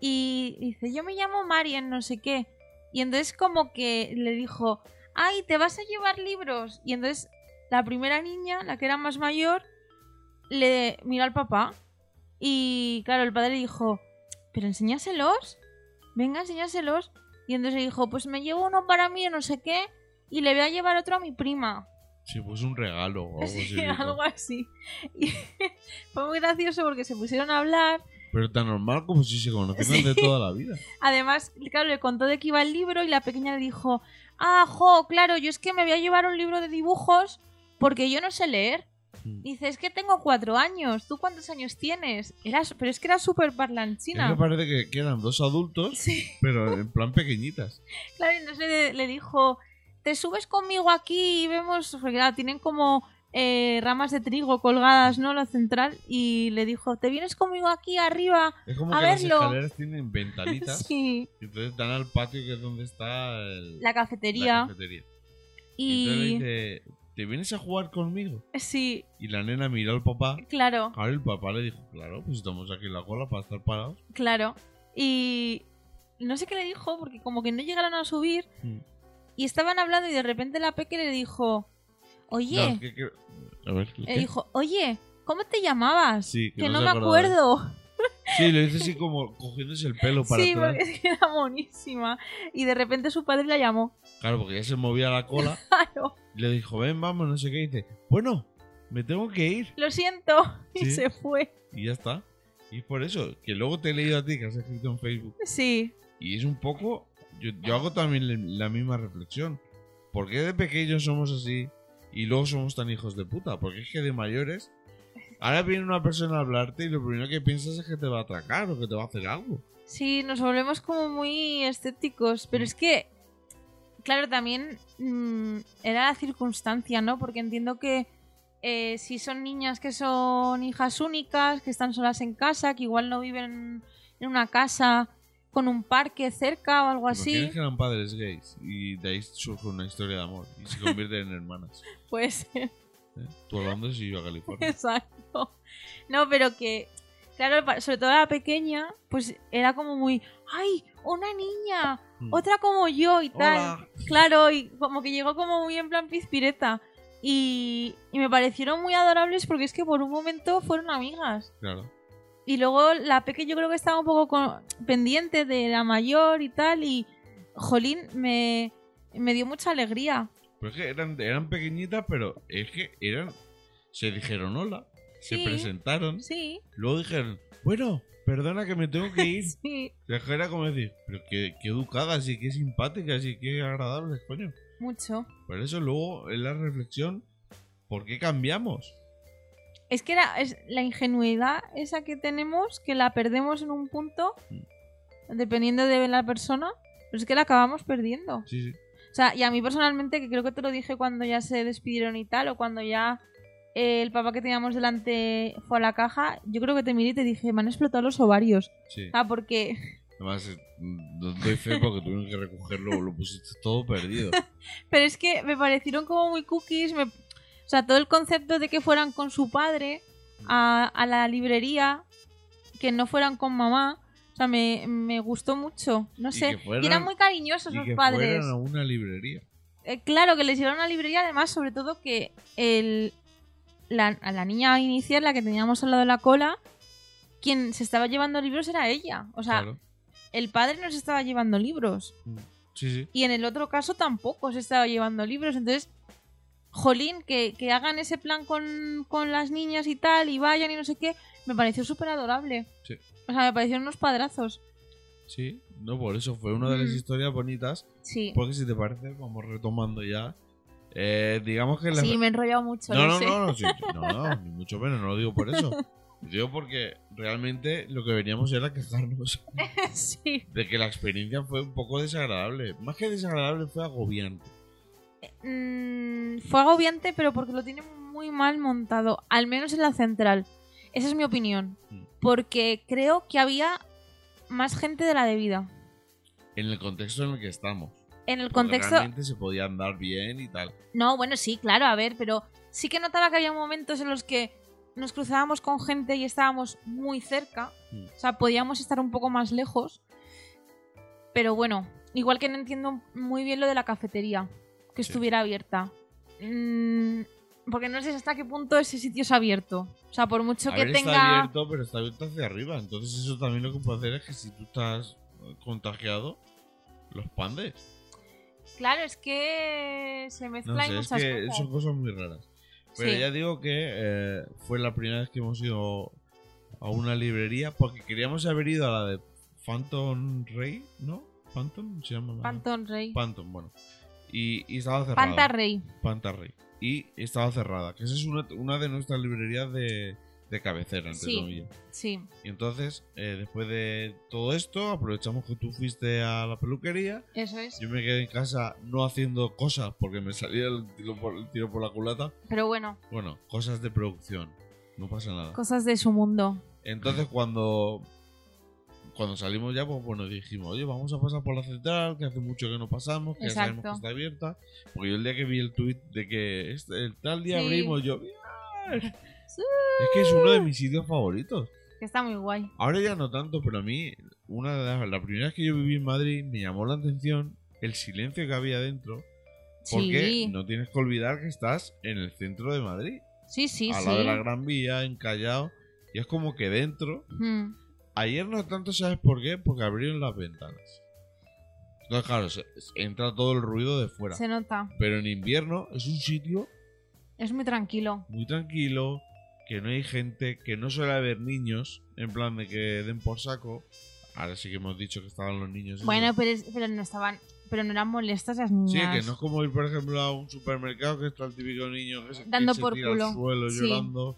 B: Y dice, yo me llamo Marien, no sé qué. Y entonces como que le dijo, ay, te vas a llevar libros. Y entonces la primera niña, la que era más mayor, le miró al papá. Y claro, el padre le dijo, pero enséñaselos. Venga, enséñaselos. Y entonces le dijo, pues me llevo uno para mí, no sé qué. Y le voy a llevar otro a mi prima.
A: sí, pues un regalo o algo
B: Sí,
A: así, ¿no?
B: algo así. <laughs> Y fue muy gracioso porque se pusieron a hablar.
A: Pero tan normal como si se conocieran de toda la vida.
B: Además, claro, le contó de qué iba el libro y la pequeña le dijo, ah, jo, claro, yo es que me voy a llevar un libro de dibujos porque yo no sé leer.
A: Mm.
B: Dice, es que tengo cuatro años, ¿tú cuántos años tienes? Eras, pero es que era súper
A: Es que
B: parlanchina.
A: parece que, que eran dos adultos,
B: <laughs> Sí,
A: pero en plan pequeñitas.
B: claro, y entonces le, le dijo, te subes conmigo aquí y vemos, porque claro, tienen como eh, ramas de trigo colgadas, ¿no? La central, y le dijo, te vienes conmigo aquí arriba
A: Es como
B: A
A: que
B: verlo.
A: las escaleras tienen
B: <laughs>
A: ventanitas
B: Sí,
A: y entonces dan al patio que es donde está el-
B: la
A: la
B: cafetería
A: cafetería. Y
B: y
A: entonces le dice, ¿te vienes a jugar conmigo?
B: Sí,
A: Y la nena miró al papá.
B: claro,
A: Claro, el papá le dijo, claro, pues estamos aquí en la cola para estar parados.
B: claro. Y no sé qué le dijo, porque como que no llegaron a subir
A: Mm.
B: y estaban hablando y de repente la Peque le dijo, oye,
A: No, que- que- A ver, ¿qué?
B: le dijo, oye, ¿cómo te llamabas?
A: Sí, que
B: que
A: no
B: no,
A: se
B: me
A: acordaba.
B: acuerdo.
A: Sí, lo hice así como cogiéndose el pelo para
B: sí,
A: atrás.
B: porque es que <laughs> era monísima. Y de repente su padre la llamó. <laughs>
A: Claro, porque ya se movía la cola.
B: Claro,
A: Le dijo, ven, vamos, no sé qué. Y dice, bueno, me tengo que ir.
B: lo siento. Y
A: Sí.
B: se fue.
A: Y ya está. Y es por eso, que luego te he leído a ti que has escrito en Facebook.
B: Sí,
A: Y es un poco. Yo, yo hago también le- la misma reflexión. ¿Por qué de pequeños somos así y luego somos tan hijos de puta? Porque es que de mayores. Ahora viene una persona a hablarte y lo primero que piensas es que te va a atracar o que te va a hacer algo.
B: sí, nos volvemos como muy escépticos. Pero es que, claro, también mm, era la circunstancia, ¿no? Porque entiendo que eh, si son niñas que son hijas únicas, que están solas en casa, que igual no viven en una casa con un parque cerca o algo
A: Porque
B: así,
A: que eran padres gays y de ahí surge una historia de amor y se convierten en hermanas.
B: pues <laughs>
A: ¿eh? Tú a Londres y yo a California.
B: Exacto. No, pero que, claro, pa- sobre todo la pequeña, pues era como muy, ¡ay, una niña!
A: Mm.
B: <laughs> Otra como yo y tal.
A: Hola.
B: Claro, y como que llegó como muy en plan pizpireta. Y, y me parecieron muy adorables porque es que por un momento fueron amigas.
A: Claro.
B: Y luego la pequeña yo creo que estaba un poco con- pendiente de la mayor y tal. Y, jolín, me, me dio mucha alegría.
A: Pero es que eran, eran pequeñitas, pero es que eran. Se dijeron hola, se
B: Sí.
A: presentaron,
B: Sí,
A: luego dijeron, bueno, perdona que me tengo que ir.
B: <laughs> sí.
A: O sea, que era como decir, pero qué, qué educadas y qué simpáticas y qué agradables, coño.
B: Mucho.
A: Por eso luego en la reflexión, ¿por qué cambiamos?
B: Es que la, es la ingenuidad esa que tenemos, que la perdemos en un punto, dependiendo de la persona, pero es que la acabamos perdiendo.
A: Sí, sí.
B: O sea, y a mí personalmente, que creo que te lo dije cuando ya se despidieron y tal, o cuando ya eh, el papá que teníamos delante fue a la caja, yo creo que te miré y te dije, me han explotado los ovarios.
A: sí.
B: Ah, porque <laughs>
A: Además, eh, no doy fe porque tuvieron que recogerlo, lo pusiste todo perdido.
B: Pero es que me parecieron como muy cookies. me- O sea, todo el concepto de que fueran con su padre a, a la librería, que no fueran con mamá. O sea, me, me gustó mucho. <laughs> No
A: Y
B: sé.
A: que fueran-
B: y eran muy cariñosos
A: y
B: los
A: que
B: padres.
A: fueran a una librería.
B: Eh, claro, que les llevaron a la librería, además, sobre todo que el, la, a la niña inicial, la que teníamos al lado de la cola, quien se estaba llevando libros era ella. O sea,
A: claro.
B: el padre no se estaba llevando libros.
A: Sí, sí.
B: y en el otro caso tampoco se estaba llevando libros. Entonces, jolín, que, que hagan ese plan con, con las niñas y tal, y vayan y no sé qué, me pareció súper adorable.
A: Sí.
B: O sea, me parecieron unos padrazos.
A: Sí, no, por eso fue una de las
B: Mm.
A: historias bonitas.
B: Sí.
A: Porque si te parece, vamos retomando ya. Eh, digamos que la.
B: Sí, me he enrollado mucho.
A: no,
B: lo
A: no,
B: sé.
A: no, no, sí, no, no, ni mucho menos, no lo digo por eso. Lo digo porque realmente lo que veníamos era quejarnos
B: <laughs> sí.
A: de que la experiencia fue un poco desagradable. Más que desagradable, fue agobiante.
B: Mm, fue agobiante, pero porque lo tiene muy mal montado, al menos en la central. Esa es mi opinión.
A: Mm.
B: Porque creo que había más gente de la debida.
A: En el contexto en el que estamos.
B: En el
A: Porque
B: contexto
A: Realmente se podía andar bien y tal.
B: No, bueno, sí, claro, a ver, pero sí que notaba que había momentos en los que nos cruzábamos con gente y estábamos muy cerca.
A: Mm.
B: O sea, podíamos estar un poco más lejos. Pero bueno, igual que no entiendo muy bien lo de la cafetería, que
A: Sí.
B: estuviera abierta. Mm, porque no sé hasta qué punto ese sitio es abierto. O sea, por mucho
A: A
B: que
A: ver, está
B: tenga...
A: abierto, pero está abierto hacia arriba. Entonces, eso también lo que puede hacer es que si tú estás eh, contagiado, los pandes.
B: Claro, es que se
A: No
B: mezclan
A: sé, es
B: muchas
A: que
B: cosas.
A: son cosas muy raras. Pero
B: Sí.
A: ya digo que eh, fue la primera vez que hemos ido a una librería porque queríamos haber ido a la de Phantom Rey, ¿no? Phantom se llama. la-
B: Pantón Rey.
A: Phantom, bueno. Y, y estaba cerrada.
B: Panta Rey.
A: Panta Rey. Y estaba cerrada, que esa es una, una de nuestras librerías de, de cabecera, entre
B: Sí.
A: comillas.
B: Sí.
A: Y entonces, eh, después de todo esto, aprovechamos que tú fuiste a la peluquería
B: Eso es.
A: yo me quedé en casa no haciendo cosas porque me salía el tiro por, el tiro por la culata.
B: Pero bueno,
A: Bueno, cosas de producción. No pasa nada.
B: cosas de su mundo.
A: Entonces cuando cuando salimos ya, pues bueno, dijimos, oye, vamos a pasar por la central, que hace mucho que no pasamos, que ya sabemos que
B: Exacto.
A: está abierta. Porque yo el día que vi el tuit de que este- el tal día
B: Sí.
A: abrimos, yo, "Bien". es que es uno de mis sitios favoritos.
B: Que está muy guay.
A: Ahora ya no tanto, pero a mí, una de las, la primera vez que yo viví en Madrid, me llamó la atención el silencio que había dentro. Porque
B: Sí.
A: no tienes que olvidar que estás en el centro de Madrid,
B: Sí, sí,
A: al
B: sí.
A: lado de la Gran Vía, en Callao. Y es como que dentro
B: Mm.
A: Ayer no tanto, ¿sabes por qué? Porque abrieron las ventanas. Entonces, claro, se- se- entra todo el ruido de fuera.
B: Se nota.
A: Pero en invierno es un sitio
B: Es muy tranquilo.
A: muy tranquilo, que no hay gente, que no suele haber niños, en plan de que den por saco. Ahora sí que hemos dicho que estaban los niños. esos.
B: Bueno, pero, es- pero no estaban. Pero no eran molestas las niñas.
A: Sí, que no es como ir, por ejemplo, a un supermercado que está el típico niño que se, que
B: Dando
A: se
B: por
A: tira
B: culo.
A: al suelo
B: Sí.
A: llorando.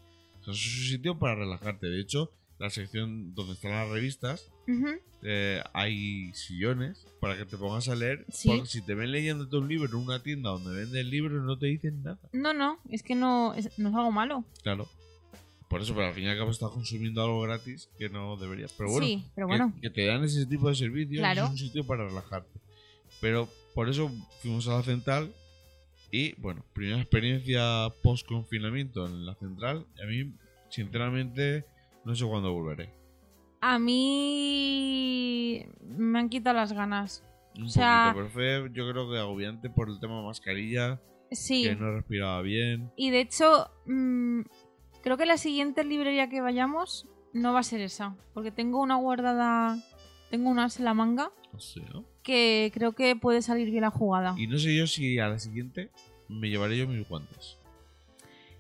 A: O sea, es un sitio para relajarte. De hecho, la sección donde están las revistas
B: Ujú.
A: eh, hay sillones para que te pongas a leer.
B: Sí.
A: Porque si te ven leyéndote un libro en una tienda donde venden libros, no te dicen nada.
B: No, no. Es que no es, no es algo malo.
A: Claro. Por eso, pero al fin y al cabo estás consumiendo algo gratis que no deberías. Pero bueno,
B: sí, pero
A: que-
B: Ah, bueno.
A: que, te dan ese tipo de servicios
B: Claro.
A: es un sitio para relajarte. Pero por eso fuimos a la central y, bueno, primera experiencia post-confinamiento en la central. Y a mí, sinceramente, no sé cuándo volveré.
B: A mí me han quitado las ganas.
A: Un
B: O sea-
A: poquito, pero fue, yo creo que agobiante por el tema mascarilla.
B: Sí.
A: que no respiraba bien.
B: Y de hecho, mm, creo que la siguiente librería que vayamos no va a ser esa. Porque tengo una guardada. Tengo una en la manga
A: No sé, ¿no?
B: que creo que puede salir bien la jugada.
A: Y no sé yo si a la siguiente me llevaré yo mis guantes.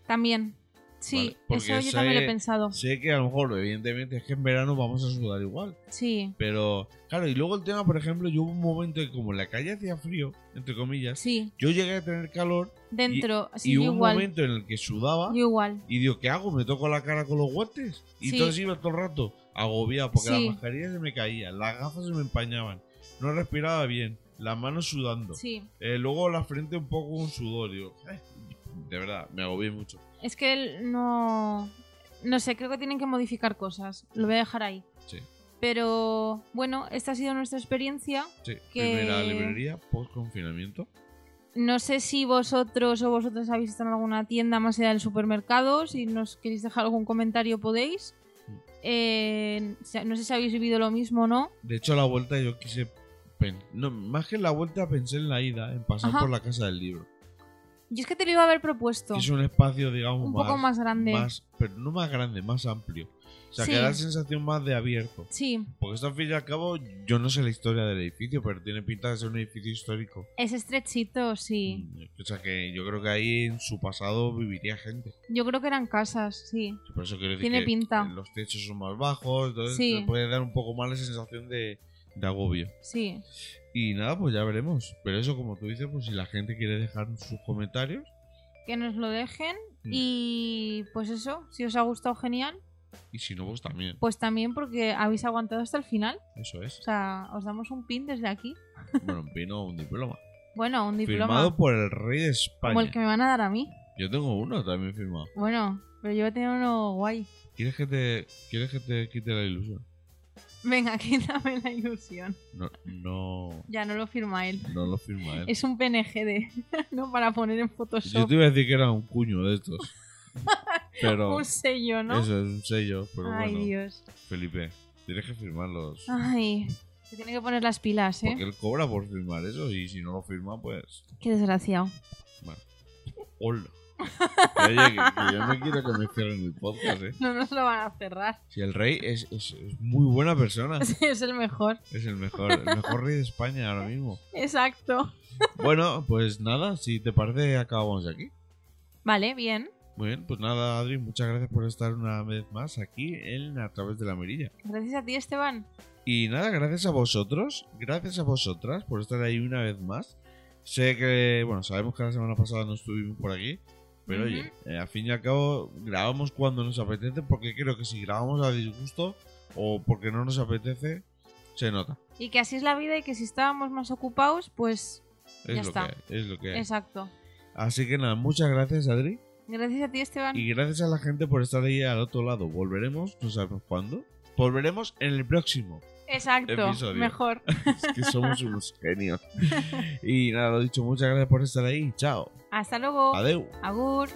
B: También. Sí,
A: Vale, porque
B: eso yo también
A: sé-
B: lo he pensado.
A: Sé que a lo mejor, evidentemente, es que en verano vamos a sudar igual.
B: Sí,
A: Pero, claro, y luego el tema, por ejemplo, yo hubo un momento que como en la calle hacía frío, entre comillas,
B: sí.
A: yo llegué a tener calor
B: Dentro, sí,
A: y
B: yo
A: hubo un
B: igual.
A: momento ¿ah? en el que sudaba
B: Yo igual.
A: y digo, ¿qué hago? ¿Me toco la cara con los guantes? Y
B: Sí.
A: entonces iba todo el rato agobiado porque
B: Sí.
A: las mascarillas se me caían, las gafas se me empañaban, no respiraba bien, las manos sudando.
B: Sí.
A: Eh, luego la frente un poco un sudor. digo, "Eh". de verdad, me agobié mucho.
B: Es que él no. No sé, creo que tienen que modificar cosas. Lo voy a dejar ahí.
A: Sí.
B: Pero bueno, esta ha sido nuestra experiencia.
A: Sí,
B: Que-
A: Primera librería post confinamiento.
B: No sé si vosotros o vosotras habéis estado en alguna tienda más allá del supermercado. Si nos queréis dejar algún comentario podéis.
A: Mm.
B: Eh, no sé si habéis vivido lo mismo o no.
A: De hecho, la vuelta yo quise. pen- No, más que en la vuelta pensé en la ida, en pasar
B: Ajá.
A: por la casa del libro.
B: Yo es que te lo iba a haber propuesto.
A: Que es un espacio, digamos,
B: Un
A: más,
B: poco más grande.
A: más- Pero no más grande, más amplio. O sea,
B: Sí.
A: que da sensación más de abierto.
B: Sí,
A: Porque esto, al fin y al cabo, yo no sé la historia del edificio, pero tiene pinta de ser un edificio histórico.
B: es estrechito, sí.
A: Mm, O sea, que yo creo que ahí en su pasado viviría gente.
B: Yo creo que eran casas, sí.
A: Por eso quiero decir
B: Tiene
A: que
B: pinta.
A: los techos son más bajos, entonces
B: Sí.
A: te puede dar un poco más la sensación de, de agobio.
B: Sí,
A: Y nada, pues ya veremos. Pero eso, como tú dices, pues si la gente quiere dejar sus comentarios,
B: que nos lo dejen.
A: Mm.
B: Y pues eso, si os ha gustado, genial.
A: y si no, pues también.
B: Pues también porque habéis aguantado hasta el final.
A: Eso
B: O <laughs>
A: es.
B: sea, os damos un pin desde aquí.
A: Bueno, un pino, un diploma.
B: Bueno, un diploma.
A: Firmado por el rey de España.
B: Como el que me van a dar a mí.
A: Yo tengo uno también firmado.
B: Bueno, pero yo voy a tener uno guay. <laughs>
A: ¿Quieres que te, ¿quieres que te quite la ilusión?
B: Venga, quítame la ilusión.
A: No, no,
B: Ya no lo firma él.
A: no lo firma él.
B: Es un PNG de. <laughs> ¿no? Para poner en
A: Yo
B: Photoshop
A: te iba a decir que era un cuño de estos.
B: <laughs>
A: Pero
B: un sello, ¿no?
A: eso es un sello, pero
B: Ay,
A: bueno.
B: Dios. Ah,
A: Felipe, tienes que firmarlos.
B: Ay, se tiene que poner las pilas, ¿eh?
A: Porque él cobra por firmar eso y si no lo firma, pues.
B: Qué desgraciado.
A: Hola. Oye, que, que yo no quiero que me cierren el podcast, ¿eh?
B: No nos lo van a cerrar. <laughs>
A: Si el rey es, es- es muy buena persona,
B: es el mejor.
A: es el mejor, el mejor rey de España ahora mismo.
B: Exacto.
A: Bueno, pues nada, si te parece, acabamos aquí.
B: Vale, bien.
A: Muy bien, pues nada, Adri, muchas gracias por estar una vez más aquí en A través de la Mirilla.
B: Gracias a ti, Esteban.
A: Y nada, gracias a vosotros, gracias a vosotras por estar ahí una vez más. Sé que, bueno, sabemos que la semana pasada no estuvimos por aquí, pero
B: Ujú.
A: oye, eh, al fin y al cabo grabamos cuando nos apetece, porque creo que si grabamos a disgusto o porque no nos apetece, se nota.
B: Y que así es la vida y que si estábamos más ocupados, pues.
A: Es lo
B: Ya está.
A: que hay, es lo que hay.
B: Exacto.
A: Así que nada, muchas gracias Adri
B: Gracias a ti, Esteban.
A: y gracias a la gente por estar ahí al otro lado. Volveremos, no sabemos cuándo. Volveremos en el próximo <laughs>
B: Exacto,
A: episodio. <laughs>
B: mejor.
A: Es que somos unos
B: <laughs>
A: genios. Y nada, lo dicho, muchas gracias por estar ahí. Chao.
B: Oh. Hasta luego.
A: Adeu.
B: Agur.